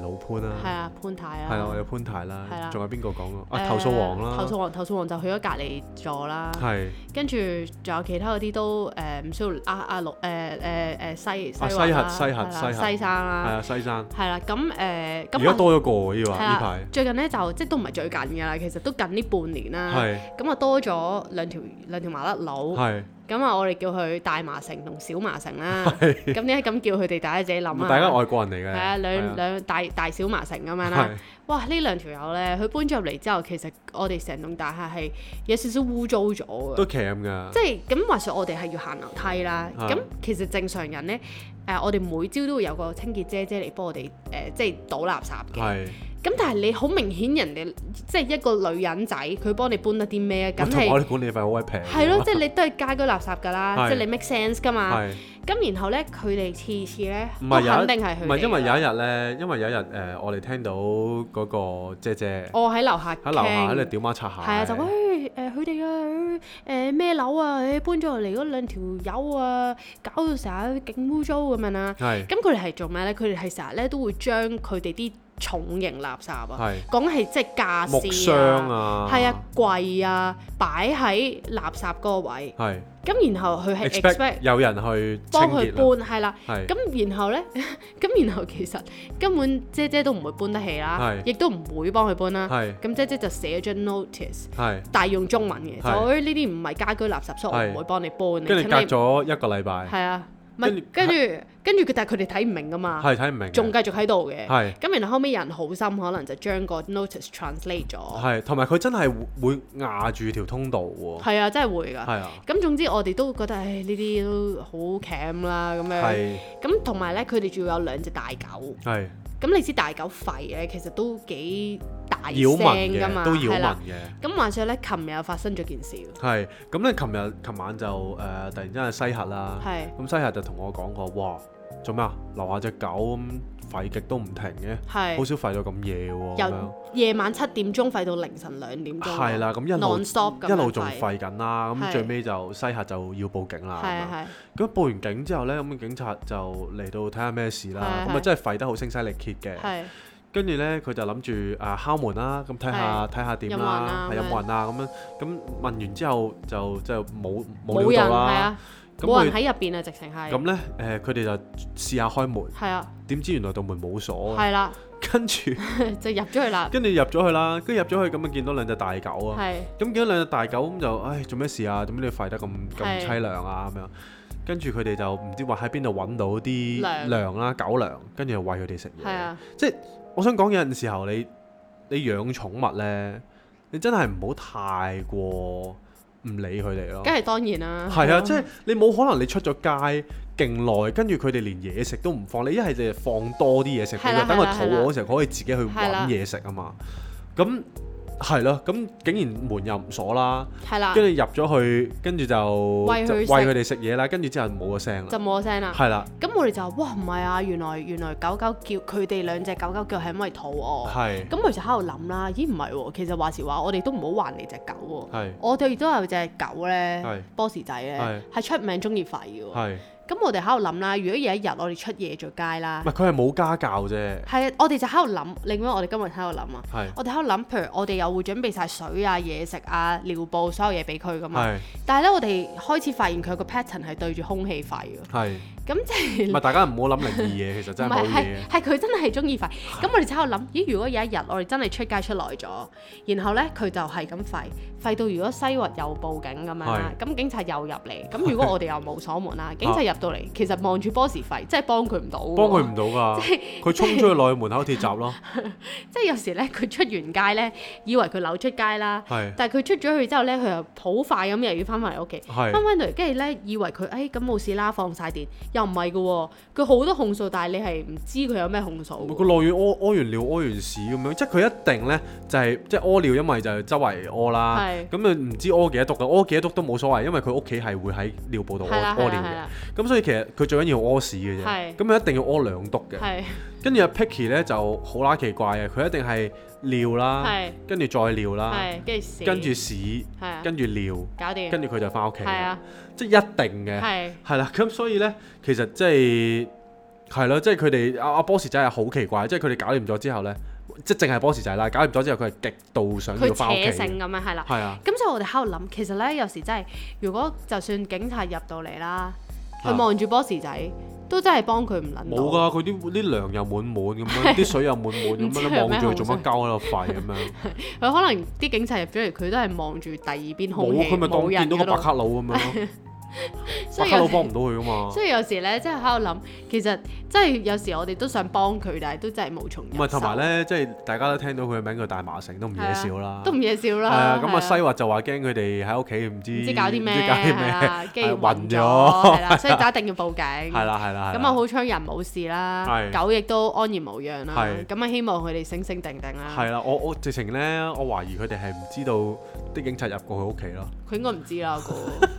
Speaker 1: 老潘
Speaker 2: 係
Speaker 1: 啦，
Speaker 2: 啊，潘太啊，
Speaker 1: 係啦，我有潘太
Speaker 2: 係啦
Speaker 1: 啦，仲有邊個講啊？
Speaker 2: 誒
Speaker 1: 啊投訴王
Speaker 2: 投訴
Speaker 1: 啦，
Speaker 2: 王，投訴王就去咗隔離座啦，
Speaker 1: 係
Speaker 2: 跟住仲有其他嗰啲都誒唔需要啊啊六誒誒誒西西
Speaker 1: 啊
Speaker 2: 環啦
Speaker 1: 西核西核
Speaker 2: 係啦
Speaker 1: 西核
Speaker 2: 西生
Speaker 1: 係
Speaker 2: 啦，
Speaker 1: 啊西山，
Speaker 2: 係啦，咁誒
Speaker 1: 而
Speaker 2: 咁
Speaker 1: 家
Speaker 2: 我
Speaker 1: 多咗個喎呢
Speaker 2: 係
Speaker 1: 話呢
Speaker 2: 啦
Speaker 1: 排，
Speaker 2: 最近咧就即係都唔係最近㗎啦，其實都近呢半年啦，
Speaker 1: 係
Speaker 2: 咁啊多咗兩條兩條麻甩佬，
Speaker 1: 係，
Speaker 2: 咁啊我哋叫佢大麻城同小 麻城啦，咁點解咁叫佢哋大家自己諗啊？
Speaker 1: 大家外國人嚟嘅，
Speaker 2: 係啊，
Speaker 1: 係
Speaker 2: 兩
Speaker 1: 啊
Speaker 2: 兩大大小麻城咁樣啦。
Speaker 1: 係
Speaker 2: 哇！呢兩條友呢，佢搬咗入嚟之後，其實我哋成棟大廈係有少少污糟咗
Speaker 1: 都
Speaker 2: 嘅，
Speaker 1: cam 㗎
Speaker 2: 即，係咁話說我哋係要行樓梯啦。
Speaker 1: 啊
Speaker 2: 咁其實正常人呢，誒、我哋每朝都會有個清潔姐姐嚟幫我哋誒、即係倒垃圾嘅。
Speaker 1: 係。
Speaker 2: 咁但係你好明顯人哋即係一個女人仔，佢幫你搬得啲咩？梗
Speaker 1: 同埋我
Speaker 2: 係
Speaker 1: 哋管理費好鬼平。
Speaker 2: 係咯，即係你都係街嗰垃圾㗎啦，
Speaker 1: 係
Speaker 2: 即係你 make sense 㗎嘛。
Speaker 1: 係
Speaker 2: 咁然後呢，佢哋次次呢，
Speaker 1: 唔
Speaker 2: 都
Speaker 1: 係有一
Speaker 2: 肯定係佢哋㗎。
Speaker 1: 唔係因為有一日咧，因為有一日誒、呃我哋聽到嗰個姐姐
Speaker 2: 我喺樓下
Speaker 1: 喺樓下
Speaker 2: 傾
Speaker 1: 喺度屌媽擦鞋，
Speaker 2: 係啊，就喂誒佢哋啊誒咩樓啊，誒搬咗落嚟嗰兩條友啊，搞到成日勁污糟咁樣啦。
Speaker 1: 係
Speaker 2: 咁佢哋係做咩咧？佢哋係成日咧都會將佢哋啲重型垃圾啊，
Speaker 1: 係
Speaker 2: 講係即係傢
Speaker 1: 木
Speaker 2: 俬
Speaker 1: 箱
Speaker 2: 啊，
Speaker 1: 啊，
Speaker 2: 係啊，櫃啊，擺喺垃圾嗰個位，
Speaker 1: 係
Speaker 2: 咁然後佢係
Speaker 1: expect
Speaker 2: expect
Speaker 1: 有人去清
Speaker 2: 幫佢
Speaker 1: 潔啦，
Speaker 2: 搬，係啦。
Speaker 1: 係
Speaker 2: 咁然後呢， 咁然後其實根本姐姐都唔會搬得起啦，
Speaker 1: 係
Speaker 2: 亦都唔會幫佢搬啦。
Speaker 1: 係
Speaker 2: 咁姐姐就寫咗張 notice，
Speaker 1: 係，
Speaker 2: 但係用中文嘅，就
Speaker 1: 係
Speaker 2: 我呢啲唔係家居垃圾，所以我
Speaker 1: 係
Speaker 2: 唔會幫你搬。
Speaker 1: 跟住
Speaker 2: 請
Speaker 1: 隔
Speaker 2: 你
Speaker 1: 咗一個禮拜，
Speaker 2: 係啊，唔
Speaker 1: 跟住
Speaker 2: 係跟住跟住佢，但係佢哋睇唔明噶嘛，
Speaker 1: 係睇唔明嘅，
Speaker 2: 仲繼續喺度嘅。
Speaker 1: 係
Speaker 2: 咁然後後尾有人好心，可能就將個 notice translate 咗。
Speaker 1: 係，同埋佢真係會會壓住條通道喎，
Speaker 2: 係啊，真係會㗎。
Speaker 1: 係啊，
Speaker 2: 咁總之我哋都覺得，唉，呢啲都好 cam 啦咁樣。
Speaker 1: 係
Speaker 2: 咁同埋咧，佢哋仲要有兩隻大狗。
Speaker 1: 係
Speaker 2: 咁你知大狗吠咧，其實都幾大聲
Speaker 1: 擾民
Speaker 2: 㗎嘛，
Speaker 1: 嘅，都擾
Speaker 2: 係啦。
Speaker 1: 民嘅。
Speaker 2: 咁話說咧，琴日又發生咗件事喎，
Speaker 1: 係，咁咧，琴日琴晚就誒、呃突然之間西客啦，
Speaker 2: 係
Speaker 1: 咁西客就同我講過，哇，做咩啊？樓下只狗咁吠極都唔停嘅，好
Speaker 2: 係
Speaker 1: 少吠到咁夜喎，咁樣
Speaker 2: 由夜晚七點鐘吠到凌晨兩點鐘，
Speaker 1: 啊係啦，咁一路
Speaker 2: non-stop 咁
Speaker 1: 一路
Speaker 2: 樣
Speaker 1: 仲吠緊啦，咁
Speaker 2: 係
Speaker 1: 最尾就西客就要報警
Speaker 2: 係
Speaker 1: 啦。咁樣
Speaker 2: 係
Speaker 1: 咁報完警之後呢，咁警察就嚟到睇下咩事啦。
Speaker 2: 係
Speaker 1: 咁啊
Speaker 2: 係
Speaker 1: 真係吠得好聲嘶力竭嘅。
Speaker 2: 係
Speaker 1: 跟住呢，佢就諗住啊敲門啦，咁睇下睇下點啦，
Speaker 2: 有冇人啊
Speaker 1: 係有冇人啊咁樣。咁問完之後就就冇冇
Speaker 2: 冇人
Speaker 1: 料到
Speaker 2: 係
Speaker 1: 啦。
Speaker 2: 啊，
Speaker 1: 咁
Speaker 2: 冇
Speaker 1: 佢
Speaker 2: 人喺入邊啊，直情係
Speaker 1: 咁呢，誒佢哋就試下開門，
Speaker 2: 係啊，
Speaker 1: 點知原來道門冇鎖啊。
Speaker 2: 係啦，
Speaker 1: 跟 住
Speaker 2: 就入咗去 啦，
Speaker 1: 跟住入咗去啦，跟住入咗去咁啊見到兩隻大狗啊。
Speaker 2: 係
Speaker 1: 咁見到兩隻大狗咁就，唉，做咩事啊？點解你吠得咁咁
Speaker 2: 係
Speaker 1: 凄涼啊？咁樣，跟住佢哋就唔知話喺邊度揾到啲
Speaker 2: 糧
Speaker 1: 糧啦、狗糧，跟住就餵佢哋食
Speaker 2: 係
Speaker 1: 嘢。
Speaker 2: 啊，
Speaker 1: 我想講有陣時候你你養寵物呢，你真係唔好太過唔理佢哋咯。
Speaker 2: 梗係當然啦，
Speaker 1: 係啊，即係你冇可能你出咗街勁耐，跟住佢哋連嘢食都唔放，你一係就放多啲嘢食俾
Speaker 2: 係啦
Speaker 1: 佢，等佢
Speaker 2: 係啦
Speaker 1: 肚
Speaker 2: 係啦
Speaker 1: 餓嗰時候可以自己去
Speaker 2: 係
Speaker 1: 揾
Speaker 2: 啦
Speaker 1: 嘢食啊嘛。咁係咯，咁竟然門又唔鎖啦。
Speaker 2: 係啦，
Speaker 1: 跟住入咗去，跟住就
Speaker 2: 啊餵佢
Speaker 1: 就餵
Speaker 2: 食
Speaker 1: 佢哋食嘢啦，跟住之後冇個聲啦，
Speaker 2: 就冇聲啦。
Speaker 1: 係啦，
Speaker 2: 咁我哋就哇唔係啊，原來原來狗狗叫佢哋兩隻狗狗叫係因為肚餓。
Speaker 1: 係
Speaker 2: 咁佢就喺度諗啦，咦唔係喎，其實話時話我哋都唔好還你隻狗喎。
Speaker 1: 係
Speaker 2: 我哋都有隻狗
Speaker 1: 係
Speaker 2: 咧，波士仔咧，係出名中意吠嘅喎。
Speaker 1: 係，
Speaker 2: 咁我哋喺度諗啦，如果有一日我哋出夜咗街啦
Speaker 1: 唔，係佢係冇家教啫，
Speaker 2: 係啊我哋就喺度諗，另外我哋今日喺度諗啊，
Speaker 1: 係
Speaker 2: 我哋喺度諗，譬如我哋又會準備晒水啊、嘢食啊、尿布所有嘢俾佢噶嘛，
Speaker 1: 係
Speaker 2: 但係咧我哋開始發現佢個 pattern 係對住空氣吠嘅，
Speaker 1: 係，
Speaker 2: 咁即係
Speaker 1: 唔係大家唔好諗靈異嘢，其實
Speaker 2: 唔
Speaker 1: 真係冇
Speaker 2: 係
Speaker 1: 嘢
Speaker 2: 係係佢真係中意吠，咁我哋就喺度諗，咦？如果有一日我哋真係出街出耐咗，然後呢，佢就係咁吠，吠到如果西域又報警咁樣啦，咁警察又入嚟，咁如果我哋又冇鎖 門啦，警察入到嚟，其實望住波士吠，真係幫佢唔到喎，
Speaker 1: 幫佢唔到 㗎，佢衝出去落去門口鐵閘咯，
Speaker 2: 即係有時咧，佢出完街咧，以為佢扭出街啦，
Speaker 1: 係
Speaker 2: 但係佢出咗去之後咧，佢又好快咁又要翻返嚟屋企，翻
Speaker 1: 係
Speaker 2: 返嚟跟住咧，以為佢誒咁冇事啦，放晒電，又唔係嘅喎，佢好多控訴，但係你係唔知佢有咩控訴
Speaker 1: 佢
Speaker 2: 喎。
Speaker 1: 落完屙屙完尿屙完屎咁樣，即係佢一定咧就係即係屙尿，因為就係周圍屙啦，
Speaker 2: 係
Speaker 1: 咁啊唔知屙幾多篤嘅，屙幾多篤都冇所謂，因為佢屋企係會喺尿布度
Speaker 2: 係
Speaker 1: 屙
Speaker 2: 啦，
Speaker 1: 屙
Speaker 2: 係
Speaker 1: 尿嘅
Speaker 2: 啦，係。啦，
Speaker 1: 咁所以其實佢最緊要屙屎嘅啫，
Speaker 2: 係
Speaker 1: 咁佢一定要屙兩篤嘅。
Speaker 2: 係
Speaker 1: 跟住阿 Picky 咧就好啦奇怪嘅，佢一定係尿啦，
Speaker 2: 係
Speaker 1: 跟住再尿啦，
Speaker 2: 係，跟住死
Speaker 1: 啊跟住屎，
Speaker 2: 係啊，
Speaker 1: 跟住尿，
Speaker 2: 搞掂，
Speaker 1: 跟住佢就翻屋企，
Speaker 2: 係啊，
Speaker 1: 即係一定嘅，
Speaker 2: 係
Speaker 1: 係啊啦。咁所以咧，其實即係係咯，即係佢哋阿阿 boss 仔係好奇怪，即係佢哋搞掂咗之後咧，即係淨係 boss 仔啦，搞掂咗之後佢係極度想
Speaker 2: 佢
Speaker 1: 要翻屋
Speaker 2: 扯
Speaker 1: 企嘅，
Speaker 2: 繩咁樣係啦。
Speaker 1: 係啊，
Speaker 2: 咁所以我哋喺度諗，其實咧有時真係，如果就算警察入到嚟啦，
Speaker 1: 啊
Speaker 2: 佢望住 boss 仔，都真係幫佢唔撚
Speaker 1: 冇
Speaker 2: 到。
Speaker 1: 㗎，佢啲啲糧又滿滿咁 樣，啲水又滿滿咁
Speaker 2: 唔知佢
Speaker 1: 樣，
Speaker 2: 有
Speaker 1: 望
Speaker 2: 咩
Speaker 1: 住佢做乜
Speaker 2: 好
Speaker 1: 鳩喺度吠咁 樣。
Speaker 2: 佢可能啲警察入咗嚟，佢都係望住第二邊空
Speaker 1: 冇，
Speaker 2: 氣，
Speaker 1: 佢咪當
Speaker 2: 冇
Speaker 1: 見
Speaker 2: 人
Speaker 1: 到個
Speaker 2: 嗰
Speaker 1: 白
Speaker 2: 度。
Speaker 1: 卡佬咁樣咯，
Speaker 2: 所
Speaker 1: 白
Speaker 2: 以
Speaker 1: 卡佬
Speaker 2: 有
Speaker 1: 幫唔到佢噶嘛。
Speaker 2: 所以有時咧，即係喺度諗，其實真係有時我哋都想幫佢，但係都真係無從入
Speaker 1: 唔
Speaker 2: 手。
Speaker 1: 係同埋咧，即係大家都聽到佢嘅名叫大麻城，都唔嘢笑啦。
Speaker 2: 都唔嘢笑
Speaker 1: 係
Speaker 2: 啦
Speaker 1: 啊，。咁啊西華就話驚佢哋喺屋企唔知
Speaker 2: 唔知搞啲咩，
Speaker 1: 唔
Speaker 2: 啊
Speaker 1: 知搞啲
Speaker 2: 係
Speaker 1: 咩，
Speaker 2: 啦跟住
Speaker 1: 係暈
Speaker 2: 暈
Speaker 1: 咗
Speaker 2: 咗，係啦，所以就一定要報警。
Speaker 1: 係啦係啦係啦。
Speaker 2: 咁啊，好彩人冇事啦
Speaker 1: 係，
Speaker 2: 狗亦都安然無恙啦
Speaker 1: 係。
Speaker 2: 咁啊，希望佢哋醒醒定定啦。
Speaker 1: 係啦，我我直情咧，我懷疑佢哋係唔知道啲警察入過佢屋企咯。
Speaker 2: 佢應該唔知啦，我估。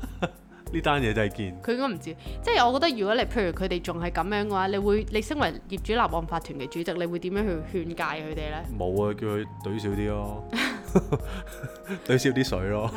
Speaker 1: 呢單嘢就係見
Speaker 2: 佢應該唔知，即係我覺得如果你譬如佢哋仲係咁樣嘅話，你會你身為業主立案法團嘅主席，你會點樣去勸戒佢哋呢？
Speaker 1: 冇啊，叫佢懟少啲咯。 對少啲水咯，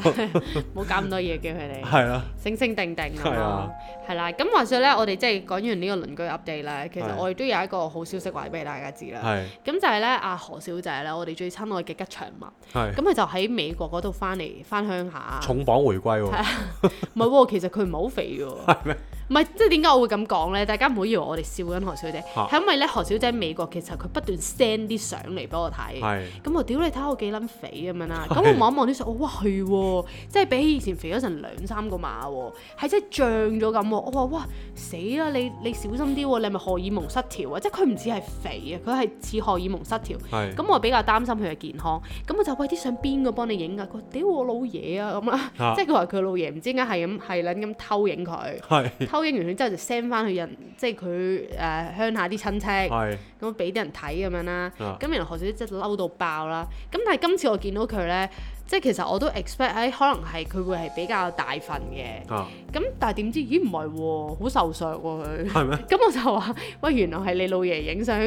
Speaker 2: 冇搞咁多嘢嘅佢哋。
Speaker 1: 係啦，
Speaker 2: 醒醒定定咁
Speaker 1: 係啊
Speaker 2: 咯，係啦。咁話說咧，我哋即係講完呢個鄰居 update 咧，其
Speaker 1: 係
Speaker 2: 實我哋都有一個好消息話俾大家知啦。
Speaker 1: 係
Speaker 2: 咁就係咧，阿何小姐咧，我哋最親愛嘅吉祥物，
Speaker 1: 係
Speaker 2: 咁佢就喺美國嗰度翻嚟翻鄉下。啊
Speaker 1: 重磅回歸喎，
Speaker 2: 唔係喎，其實佢唔係好肥嘅喎。
Speaker 1: 係咩？
Speaker 2: 唔係，即係點解我會咁講咧？大家唔好以為我哋笑緊何小姐，
Speaker 1: 嚇
Speaker 2: 係因為咧何小姐喺美國其實佢不斷 send 啲相嚟俾我睇。
Speaker 1: 係
Speaker 2: 咁我屌你睇下我幾撚肥咁樣 啊啦，咁我望一望啲相，我哦哇係喎，即係比起以前肥咗成兩三個碼喎，係真係漲咗咁喎。我話哇死啦，你你小心啲喎，你係咪荷爾蒙失調啊？即係佢唔似係肥啊，佢係似荷爾蒙失調。
Speaker 1: 係
Speaker 2: 咁我比較擔心佢嘅健康，咁我就喂啲相邊個幫你影㗎？啊佢話屌我老爺啊咁啦，
Speaker 1: 啊
Speaker 2: 即係佢話佢老爺唔知點解係咁係撚咁偷 影佢，
Speaker 1: 係
Speaker 2: 偷影完佢之後就 send 翻去人，即係佢誒鄉下啲親戚。
Speaker 1: 係
Speaker 2: 咁俾啲人睇咁樣啦。
Speaker 1: 啊
Speaker 2: 咁原來何小姐真係嬲到爆啦。咁但係今次我見到佢呢，即係其實我都 expect 誒，可能係佢會係比較大份嘅。
Speaker 1: 啊
Speaker 2: 咁但係點知咦唔係喎，好受傷喎佢。
Speaker 1: 係咩？
Speaker 2: 咁我就話：喂，原來係你老爺影相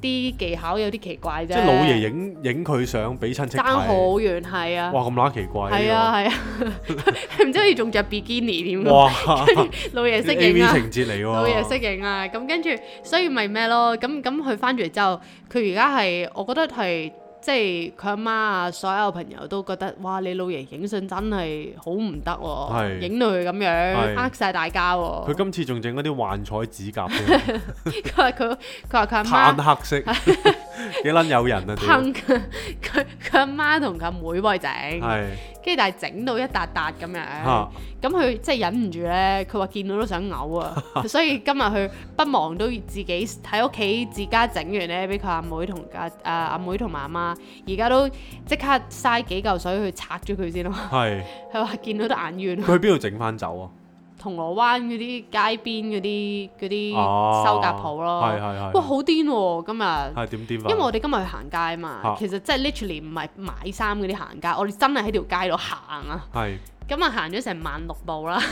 Speaker 2: 啲技巧有啲奇怪啫。
Speaker 1: 即係老爺影影佢相俾親戚
Speaker 2: 爭好
Speaker 1: 睇，
Speaker 2: 遠，係啊，
Speaker 1: 哇咁乸奇怪
Speaker 2: 係
Speaker 1: 呢
Speaker 2: 啊，係啊， 佢唔知佢仲着 bikini 添
Speaker 1: 個，
Speaker 2: 㗎。
Speaker 1: 哇
Speaker 2: 老爺識影
Speaker 1: A V
Speaker 2: 啊！
Speaker 1: 情節嚟喎，
Speaker 2: 老嘢適應啦，啊咁跟住所以咪咩咯，咁咁佢翻住嚟之後，佢而家係我覺得係即係佢阿媽啊，所有朋友都覺得哇，你老爺影相真係好唔得
Speaker 1: 係
Speaker 2: 喎，影到佢咁樣
Speaker 1: 係
Speaker 2: 呃晒大家
Speaker 1: 佢
Speaker 2: 喎。
Speaker 1: 今次仲整嗰啲幻彩指甲添，
Speaker 2: 佢話佢佢話佢阿
Speaker 1: 炭
Speaker 2: 媽
Speaker 1: 黑 色，幾撚有人啊！屌，
Speaker 2: 烹佢佢阿媽同佢阿妹幫佢整，
Speaker 1: 係
Speaker 2: 跟住但係整到一笪笪咁樣
Speaker 1: 嚇，
Speaker 2: 咁佢即係忍唔住咧，佢話見到都想 嘔啊，所以今日佢不忘都自己喺屋企自家整完咧，俾佢阿妹同阿阿阿妹同媽媽，而家都即刻嘥幾嚿水去拆咗佢先咯。
Speaker 1: 係
Speaker 2: 佢話見到都眼冤，啊
Speaker 1: 佢去邊度整翻走啊？
Speaker 2: 銅鑼灣嗰啲街邊嗰啲嗰
Speaker 1: 哦
Speaker 2: 啲修甲鋪咯，
Speaker 1: 係係係
Speaker 2: 哇好癲喎今日！
Speaker 1: 係點點法？
Speaker 2: 因為我哋今日去行街嘛，
Speaker 1: 啊
Speaker 2: 其實真係 literally 唔係買衫嗰啲行街，我哋真係喺條街度行啊！
Speaker 1: 係
Speaker 2: 咁啊行咗成萬六步啦，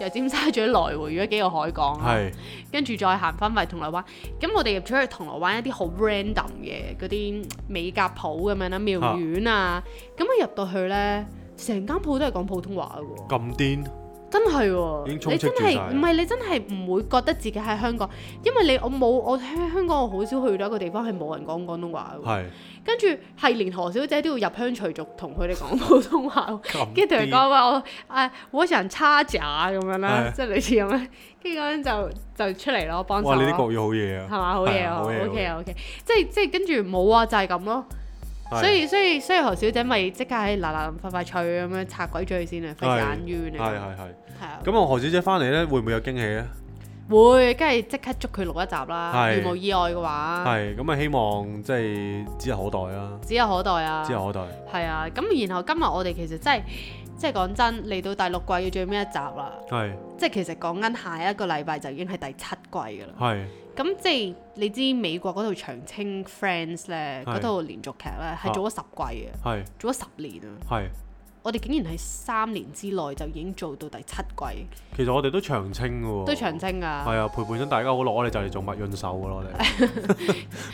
Speaker 2: 由尖沙咀來回咗幾個海港啦，
Speaker 1: 係
Speaker 2: 跟住再行翻埋銅鑼灣。咁我哋入咗去銅鑼灣一啲好 random 嘅嗰啲美甲鋪咁樣啦，廟苑啊，咁啊入到去呢，成間鋪都係講普通話嘅喎，
Speaker 1: 咁癲，
Speaker 2: 真係
Speaker 1: 已經
Speaker 2: 喎，
Speaker 1: 充
Speaker 2: 你
Speaker 1: 斥
Speaker 2: 真
Speaker 1: 住晒
Speaker 2: 係唔係你真係唔會覺得自己喺香港，因為你我冇我香香港我好少去到一個地方係冇人講廣東話嘅喎，
Speaker 1: 係
Speaker 2: 跟住係連何小姐都要入鄉隨俗同佢哋講 普通話喎。
Speaker 1: 咁
Speaker 2: 跟住同佢
Speaker 1: 癲，
Speaker 2: 講話我誒我想差價咁樣啦
Speaker 1: 係，
Speaker 2: 即係類似咁樣。跟住嗰陣就就出嚟咯，幫手
Speaker 1: 哇！你啲
Speaker 2: 咯，
Speaker 1: 國語好嘢啊
Speaker 2: 係，嘛？好
Speaker 1: 係
Speaker 2: 嘢
Speaker 1: 啊
Speaker 2: 哦
Speaker 1: 好嘢
Speaker 2: ，OK 啊 OK，即係即係跟住冇啊，就係咁咯。
Speaker 1: 係
Speaker 2: 所以所以所以何小姐咪即刻喺嗱嗱臨快快脆咁樣拆鬼咗佢先啊，費事眼冤
Speaker 1: 係
Speaker 2: 啊，
Speaker 1: 係係。
Speaker 2: 係啊，
Speaker 1: 咁我何小姐翻嚟咧，會唔會有驚喜咧？
Speaker 2: 會跟住即刻捉佢錄一集啦。
Speaker 1: 係
Speaker 2: 如無意外嘅話，
Speaker 1: 係咁啊，希望即係指日可待啦，
Speaker 2: 指日可待啊。
Speaker 1: 指日可待。
Speaker 2: 係啊，咁然後今日我哋其實真係即係講真，嚟到第六季嘅最尾一集啦。
Speaker 1: 係
Speaker 2: 即係其實講緊下一個禮拜就已經係第七季㗎啦。
Speaker 1: 係
Speaker 2: 咁即係你知美國嗰套長青 Friends 咧，
Speaker 1: 係啊
Speaker 2: 嗰套連續劇咧係做咗十季嘅，
Speaker 1: 係
Speaker 2: 做咗十年啊！
Speaker 1: 係。
Speaker 2: 我哋竟然喺三年之內就已經做到第七季，
Speaker 1: 其實我哋都長青嘅喎，
Speaker 2: 都長青㗎。
Speaker 1: 係啊，陪伴咗大家好耐，我哋就嚟做麥潤手噶啦，我哋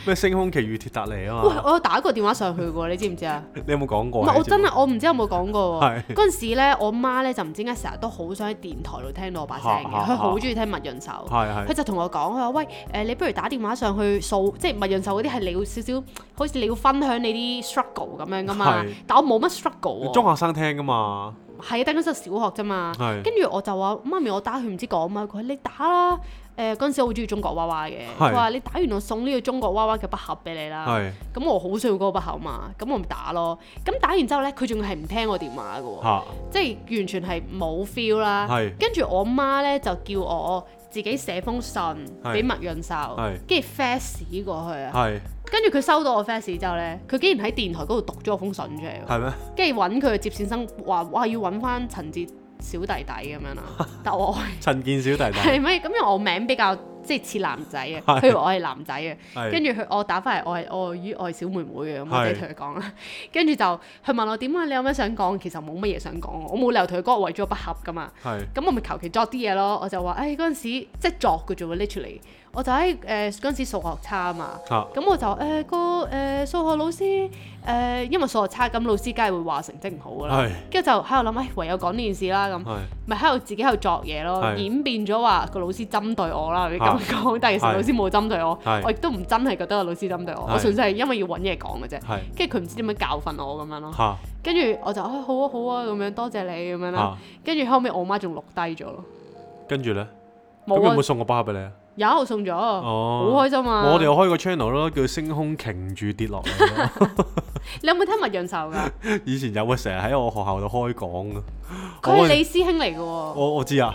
Speaker 1: 咩星空奇遇鐵達尼啊
Speaker 2: 喂，
Speaker 1: 嘛，
Speaker 2: 我有打過電話上去喎，你知唔知啊？
Speaker 1: 你有冇講
Speaker 2: 唔
Speaker 1: 過啊？
Speaker 2: 係，我真係我唔知有冇講過喎。
Speaker 1: 係
Speaker 2: 嗰陣時咧，我媽咧就唔知點解成日都好想喺電台度聽到我把聲嘅，
Speaker 1: 嚇嚇
Speaker 2: 佢好中意聽麥潤手。
Speaker 1: 係
Speaker 2: 佢
Speaker 1: 係
Speaker 2: 就同我講，佢話喂，誒、你不如打電話上去掃，即係物潤秀嗰啲係你要少少，好似你要分享你啲 struggle 咁樣噶嘛
Speaker 1: 係。
Speaker 2: 但我冇乜 struggle 喎，
Speaker 1: 中學生聽噶嘛，
Speaker 2: 係啊但嗰陣小學啫嘛。
Speaker 1: 係
Speaker 2: 跟住我就話媽咪，我打佢唔知講乜，佢話你打啦。誒嗰陣時我好中意中國娃娃嘅，
Speaker 1: 係
Speaker 2: 佢話你打完我送呢個中國娃娃嘅筆盒俾你啦。
Speaker 1: 係
Speaker 2: 咁我好需要嗰個筆盒嘛，咁我咪打咯。咁打完之後咧，佢仲係唔聽我電話嘅喎，
Speaker 1: 嚇
Speaker 2: 即係完全係冇 feel 啦。
Speaker 1: 係
Speaker 2: 跟住我媽咧就叫我自己寫封信
Speaker 1: 係
Speaker 2: 俾麥潤秀
Speaker 1: 係，
Speaker 2: 跟住 fax 過去啊。
Speaker 1: 係
Speaker 2: 跟住佢收到我 fax 之後咧，佢竟然喺電台嗰度讀咗我封信出 嚟喎，
Speaker 1: 係咩？
Speaker 2: 跟住揾佢嘅接線生話：哇，要揾翻陳哲小弟弟咁樣 啦。但我
Speaker 1: 陳健小弟弟
Speaker 2: 係咩？咁因為我名比較即係似男仔啊，
Speaker 1: 係
Speaker 2: 譬如我係男仔啊。跟
Speaker 1: 係
Speaker 2: 住佢我打翻嚟，我係我咦我係小妹妹嘅，咁我
Speaker 1: 係
Speaker 2: 即係同佢講啦。 跟住就佢問我點啊，你有咩想講？其實冇乜嘢想講，我冇理由同佢講我為咗不合噶嘛。
Speaker 1: 係
Speaker 2: 咁我咪求其作啲嘢咯，我就話，誒嗰陣時即係作嘅啫喎，literally，我就喺誒嗰陣時數學差啊嘛。
Speaker 1: 嚇
Speaker 2: 咁我就誒、個誒、數學老師誒、因為數學差，咁老師梗係會話成績唔好噶啦
Speaker 1: 係。
Speaker 2: 跟住就喺度諗，誒、唯有講呢件事啦咁。
Speaker 1: 係
Speaker 2: 咪喺度自己喺度作嘢咯，
Speaker 1: 係
Speaker 2: 演變咗話個老師針對我啦，你咁講，但係其實
Speaker 1: 係
Speaker 2: 老師冇針對我
Speaker 1: 係，
Speaker 2: 我亦都唔真係覺得個老師針對我，
Speaker 1: 係
Speaker 2: 我純粹係因為要揾嘢講嘅啫。
Speaker 1: 係
Speaker 2: 跟住佢唔知點樣教訓我咁樣咯，
Speaker 1: 嚇
Speaker 2: 跟住我就啊好啊好啊咁樣，多謝你咁樣啦
Speaker 1: 嚇，。
Speaker 2: 跟住後尾我媽仲錄低咗咯，
Speaker 1: 跟住咧，咁
Speaker 2: 冇
Speaker 1: 有
Speaker 2: 啊
Speaker 1: 冇送個包盒俾你啊？
Speaker 2: 有送咗，好
Speaker 1: 哦，
Speaker 2: 開心啊！
Speaker 1: 我哋有開個 channel 咯，叫星空擎住跌落嚟 咯。
Speaker 2: 你有冇聽麥潤 壽㗎？
Speaker 1: 以前有啊，成日喺我學校度開講啊。
Speaker 2: 佢
Speaker 1: 我
Speaker 2: 係你師兄嚟嘅喎，
Speaker 1: 我我知啊，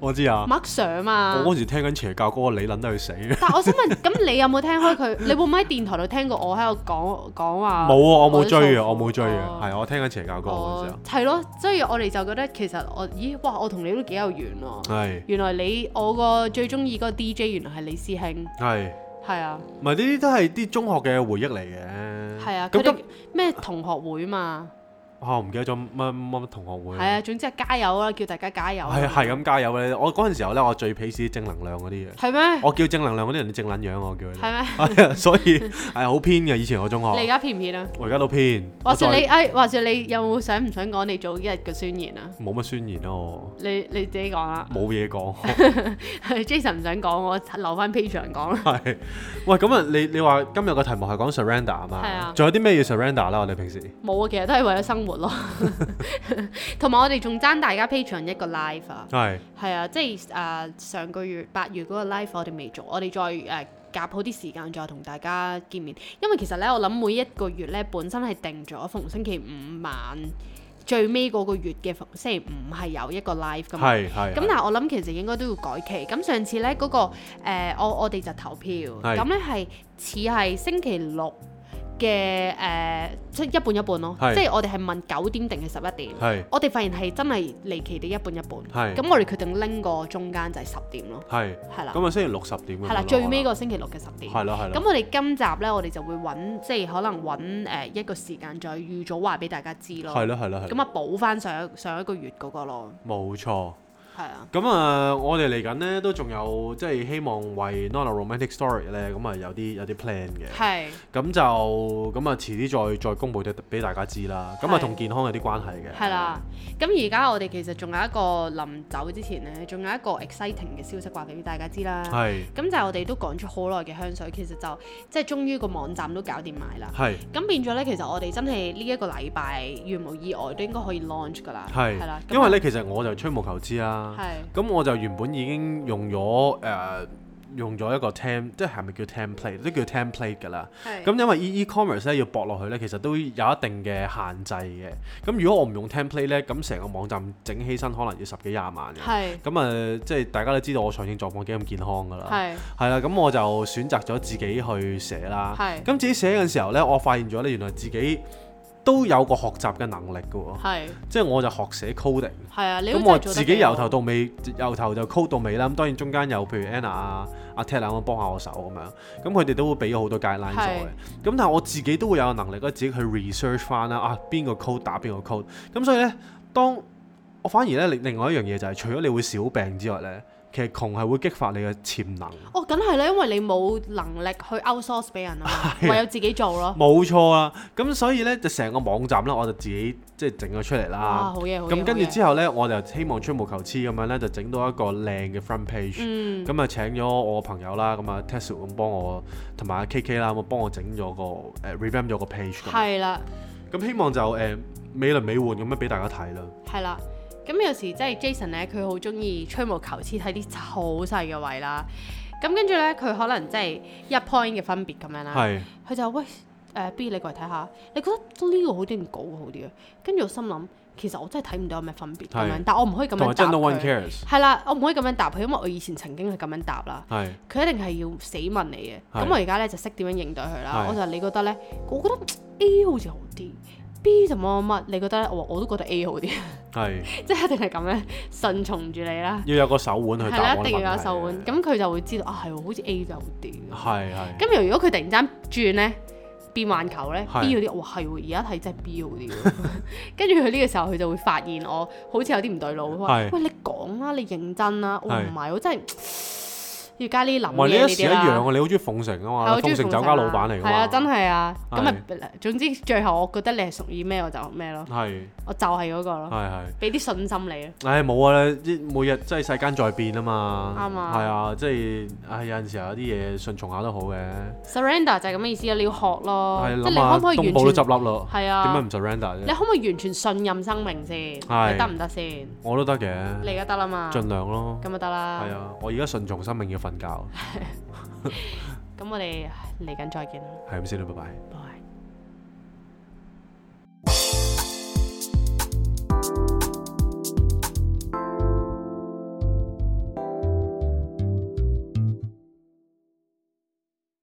Speaker 1: 我知啊。
Speaker 2: 麥 Sir 嘛
Speaker 1: 我。嗰時聽緊邪教歌，你撚得佢 死嘅。
Speaker 2: 但我想問，咁你有冇聽開佢？你會唔會喺電台度聽過我喺度講講話？
Speaker 1: 冇啊，我冇追
Speaker 2: 啲
Speaker 1: 啊，
Speaker 2: 訴
Speaker 1: 我冇追啊
Speaker 2: 苦。
Speaker 1: 係啊我聽緊邪教歌嗰陣時
Speaker 2: 哦
Speaker 1: 候，，
Speaker 2: 係咯，所以我哋就覺得其實我，咦，哇，我同你都幾有緣喎、
Speaker 1: 係
Speaker 2: 原來你我個最中意嗰個 DJ 原來係你師兄，
Speaker 1: 係。
Speaker 2: 係啊，
Speaker 1: 唔係呢啲都係啲中學嘅回憶嚟嘅。
Speaker 2: 係啊，
Speaker 1: 咁
Speaker 2: 佢
Speaker 1: 今
Speaker 2: 哋咩同學會嘛，
Speaker 1: 啊，我唔記得咗乜乜乜同學會。
Speaker 2: 係啊，總之係加油啦，叫大家加油。
Speaker 1: 係係咁加油啊咧！我嗰陣時候咧，我最鄙視啲正能量嗰啲嘢。
Speaker 2: 係咩？
Speaker 1: 我叫正能量嗰啲人正撚樣，啊我叫佢哋。
Speaker 2: 係咩？
Speaker 1: 係啊， 所以係好偏嘅。以前我中
Speaker 2: 你而
Speaker 1: 學，
Speaker 2: 家偏唔偏啊？
Speaker 1: 我而家都偏。哦
Speaker 2: 話
Speaker 1: 我
Speaker 2: 說
Speaker 1: 再
Speaker 2: 你，哎，話說你有冇想唔想講你早一日嘅宣言啊？
Speaker 1: 冇乜宣言咯，
Speaker 2: 你你自己講啦
Speaker 1: 冇嘢講。
Speaker 2: ，Jason 唔想講，我留翻 Patreon 講啊啦。
Speaker 1: 係，喂，咁啊，你你話今日個題目係講 surrender 啊
Speaker 2: 係啊
Speaker 1: 嘛？仲有啲咩要 surrender 啦？我哋平時
Speaker 2: 冇啊，其實都係為咗生活咯。 同埋我哋仲爭大家 Patreon 一個 live 啊。
Speaker 1: 係
Speaker 2: 係啊，即係啊、上個月八月嗰個 live 我哋未做，我哋再誒、夾好啲時間再同大家見面，因為其實咧我諗每一個月咧本身係定咗逢星期五晚最尾嗰個月嘅逢星期五係有一個 live 噶嘛。
Speaker 1: 係係。
Speaker 2: 咁但係我諗其實應該都要改期。咁上次呢嗰、個、呃、我我哋就投票，
Speaker 1: 係
Speaker 2: 咁呢係似係星期六嘅誒、呃即係一半一半咯。
Speaker 1: 係
Speaker 2: 即係我哋係問九點定係十一點。
Speaker 1: 係
Speaker 2: 我哋發現係真係離奇地一半一半。
Speaker 1: 係
Speaker 2: 咁我哋決定拎個中間就係十點咯，
Speaker 1: 係。
Speaker 2: 係啦，
Speaker 1: 咁啊，星期六十點咁樣
Speaker 2: 係啦，
Speaker 1: 咯
Speaker 2: 最尾
Speaker 1: 可
Speaker 2: 個星期六嘅十點
Speaker 1: 能。係啦係啦
Speaker 2: 咁。我哋今集呢，我哋就會揾即係可能揾誒、呃一個時間再預早話俾大家知咯。
Speaker 1: 係啦係啦係
Speaker 2: 咁
Speaker 1: 啦。
Speaker 2: 啊，補翻上上一個月嗰個咯，
Speaker 1: 冇錯。
Speaker 2: 係啊，
Speaker 1: 咁啊，我哋嚟緊咧都仲有即係希望為 Not a Romantic Story 咧，咁啊有啲有啲 plan 嘅。
Speaker 2: 係。
Speaker 1: 咁就咁啊，遲啲再再公佈得俾大家知啦。咁啊，
Speaker 2: 係
Speaker 1: 同健康有啲關係嘅。
Speaker 2: 係啦，咁而家我哋其實仲有一個臨走之前呢，仲有一個 exciting 嘅消息話俾大家知啦。
Speaker 1: 係
Speaker 2: 咁就係我哋都講咗好耐嘅香水，其實就即係終於個網站都搞掂埋啦。
Speaker 1: 係
Speaker 2: 咁變咗呢，其實我哋真係呢一個禮拜，如無意外都應該可以 launch 㗎啦。係啦
Speaker 1: 係，，
Speaker 2: 咁啊
Speaker 1: 因為咧其實我就吹毛求疵啦。
Speaker 2: 係
Speaker 1: 咁我就原本已經用咗誒、呃用咗一個 tem，即係係咪叫 template 都叫 template 㗎啦。
Speaker 2: 係
Speaker 1: 咁因為 e e-commerce 咧要駁落去咧，其實都有一定嘅限制嘅。咁如果我唔用 template 咧，咁成個網站整起身可能要十幾廿萬嘅。
Speaker 2: 係
Speaker 1: 咁啊、呃即係大家都知道我財政狀況幾咁健康㗎啦。
Speaker 2: 係
Speaker 1: 係啦，咁我就選擇咗自己去寫啦。
Speaker 2: 係
Speaker 1: 咁自己寫嘅時候呢，我發現咗呢，原來自己都有個學習嘅能力嘅喎，
Speaker 2: 係
Speaker 1: 即係我就學寫 coding。
Speaker 2: 係啊！你都
Speaker 1: 咁
Speaker 2: 真
Speaker 1: 我
Speaker 2: 係做得
Speaker 1: 自
Speaker 2: 幾
Speaker 1: 己由
Speaker 2: 好
Speaker 1: 頭到尾，由頭就 code 到尾啦。咁當然中間有譬如 Anna 啊、阿 Ted 啊咁幫下我手咁樣，咁佢哋都會俾咗好多 guideline
Speaker 2: 係
Speaker 1: 我嘅。咁但係我自己都會有能力咧，自己去 research 翻啦，啊邊個 code 打邊個 code。咁所以呢，當我反而呢，另另外一樣嘢就係、除咗你會小病之外呢，其實窮係會激發你嘅潛能。
Speaker 2: 哦，梗係啦，因為你冇能力去 outsource 俾人啊嘛，
Speaker 1: 係啊
Speaker 2: 唯有自己做咯。
Speaker 1: 冇錯啦，咁所以呢，就成個網站呢，我就自己即係整咗出嚟
Speaker 2: 哇，
Speaker 1: 啦。
Speaker 2: 好嘢好嘢！
Speaker 1: 啊咁跟
Speaker 2: 好
Speaker 1: 住
Speaker 2: 嘢
Speaker 1: 之後呢，我就希望吹毛求疵咁樣呢，就整到一個靚嘅 front page。
Speaker 2: 嗯
Speaker 1: 咁啊請咗我朋友啦，咁啊 Tesla 咁幫我，同埋阿 KK 啦，咁啊幫我整咗個誒 revamp 咗個 page 咁。
Speaker 2: 係啦。
Speaker 1: 咁希望就誒美輪美奐咁樣俾大家睇啦。
Speaker 2: 係啦。咁有時即係 Jason 咧，佢好中意吹毛求疵睇啲好細嘅位啦。咁跟住咧，佢可能即係一 point 嘅分別咁樣啦。
Speaker 1: 係
Speaker 2: 佢就話喂誒、B，你過嚟睇下，你覺得呢個好啲定嗰個好啲啊？跟住我心諗，其實我真係睇唔到有咩分別咁樣
Speaker 1: 係，
Speaker 2: 但我唔可以咁
Speaker 1: 同埋
Speaker 2: 樣答
Speaker 1: 真係 no one
Speaker 2: 佢。
Speaker 1: cares。
Speaker 2: 係啦，我唔可以咁樣答佢，因為我以前曾經係咁樣答啦。
Speaker 1: 係
Speaker 2: 佢一定係要死問你嘅。
Speaker 1: 係
Speaker 2: 咁我而家咧就識點樣應對佢啦。
Speaker 1: 係
Speaker 2: 我就話你覺得咧，我覺得 A 好似好啲，B 就乜乜乜。你覺得咧？我話我都覺得 A 好啲。
Speaker 1: 係
Speaker 2: 即係一定係咁樣順從住你啦，
Speaker 1: 要有個手腕去
Speaker 2: 係
Speaker 1: 答
Speaker 2: 啦，
Speaker 1: 我
Speaker 2: 一
Speaker 1: 嘅
Speaker 2: 定要有
Speaker 1: 問題
Speaker 2: 手腕，
Speaker 1: 嘅
Speaker 2: 咁佢就會知道啊，係喎，好似 A 就好啲。
Speaker 1: 係係。
Speaker 2: 咁如果佢突然間轉咧，變環球咧
Speaker 1: 係
Speaker 2: ，B 嗰啲，哇係喎，而家睇真係 B 好 啲喎。跟住佢呢個時候佢就會發現我好似有啲唔對路，佢話
Speaker 1: 係
Speaker 2: 喂你講啦，你認真啦，我話
Speaker 1: 係
Speaker 2: 唔係，我真係要加呢諗
Speaker 1: 唔係你
Speaker 2: 嘢
Speaker 1: 一
Speaker 2: 呢
Speaker 1: 時
Speaker 2: 啲
Speaker 1: 一樣
Speaker 2: 啦。
Speaker 1: 啊！你好中意鳳城啊
Speaker 2: 係
Speaker 1: 嘛，
Speaker 2: 我中意
Speaker 1: 鳳城酒
Speaker 2: 鳳城
Speaker 1: 家
Speaker 2: 啊
Speaker 1: 老闆嚟㗎嘛，
Speaker 2: 係啊，真係啊。咁
Speaker 1: 係
Speaker 2: 咪總之最後我覺得你係屬於咩我就咩咯，
Speaker 1: 係
Speaker 2: 我就係嗰個咯，
Speaker 1: 係係。
Speaker 2: 俾啲信心你啊。
Speaker 1: 唉，冇啊！啲每日真係世間在變啊嘛，
Speaker 2: 啱啊
Speaker 1: 係啊，即係唉有陣時候有啲嘢順從下都好嘅，
Speaker 2: Surrender 就係咁嘅意思啊，你要學咯，
Speaker 1: 係
Speaker 2: 即係
Speaker 1: 諗
Speaker 2: 你可
Speaker 1: 下
Speaker 2: 唔可以
Speaker 1: 東
Speaker 2: 完
Speaker 1: 部都
Speaker 2: 全
Speaker 1: 執笠咯，
Speaker 2: 係
Speaker 1: 點解
Speaker 2: 啊？
Speaker 1: 唔 surrender
Speaker 2: 你
Speaker 1: 啫？
Speaker 2: 可唔可以完全信任生命先？
Speaker 1: 係
Speaker 2: 你得唔得先？
Speaker 1: 我都得嘅，
Speaker 2: 你而家得啦嘛，
Speaker 1: 盡量咯，
Speaker 2: 咁就得
Speaker 1: 係
Speaker 2: 啦。
Speaker 1: 啊，我而家順從生命要瞓覺，
Speaker 2: 咁我哋嚟緊再見啦，
Speaker 1: 係咁先啦，拜拜。
Speaker 2: 拜拜。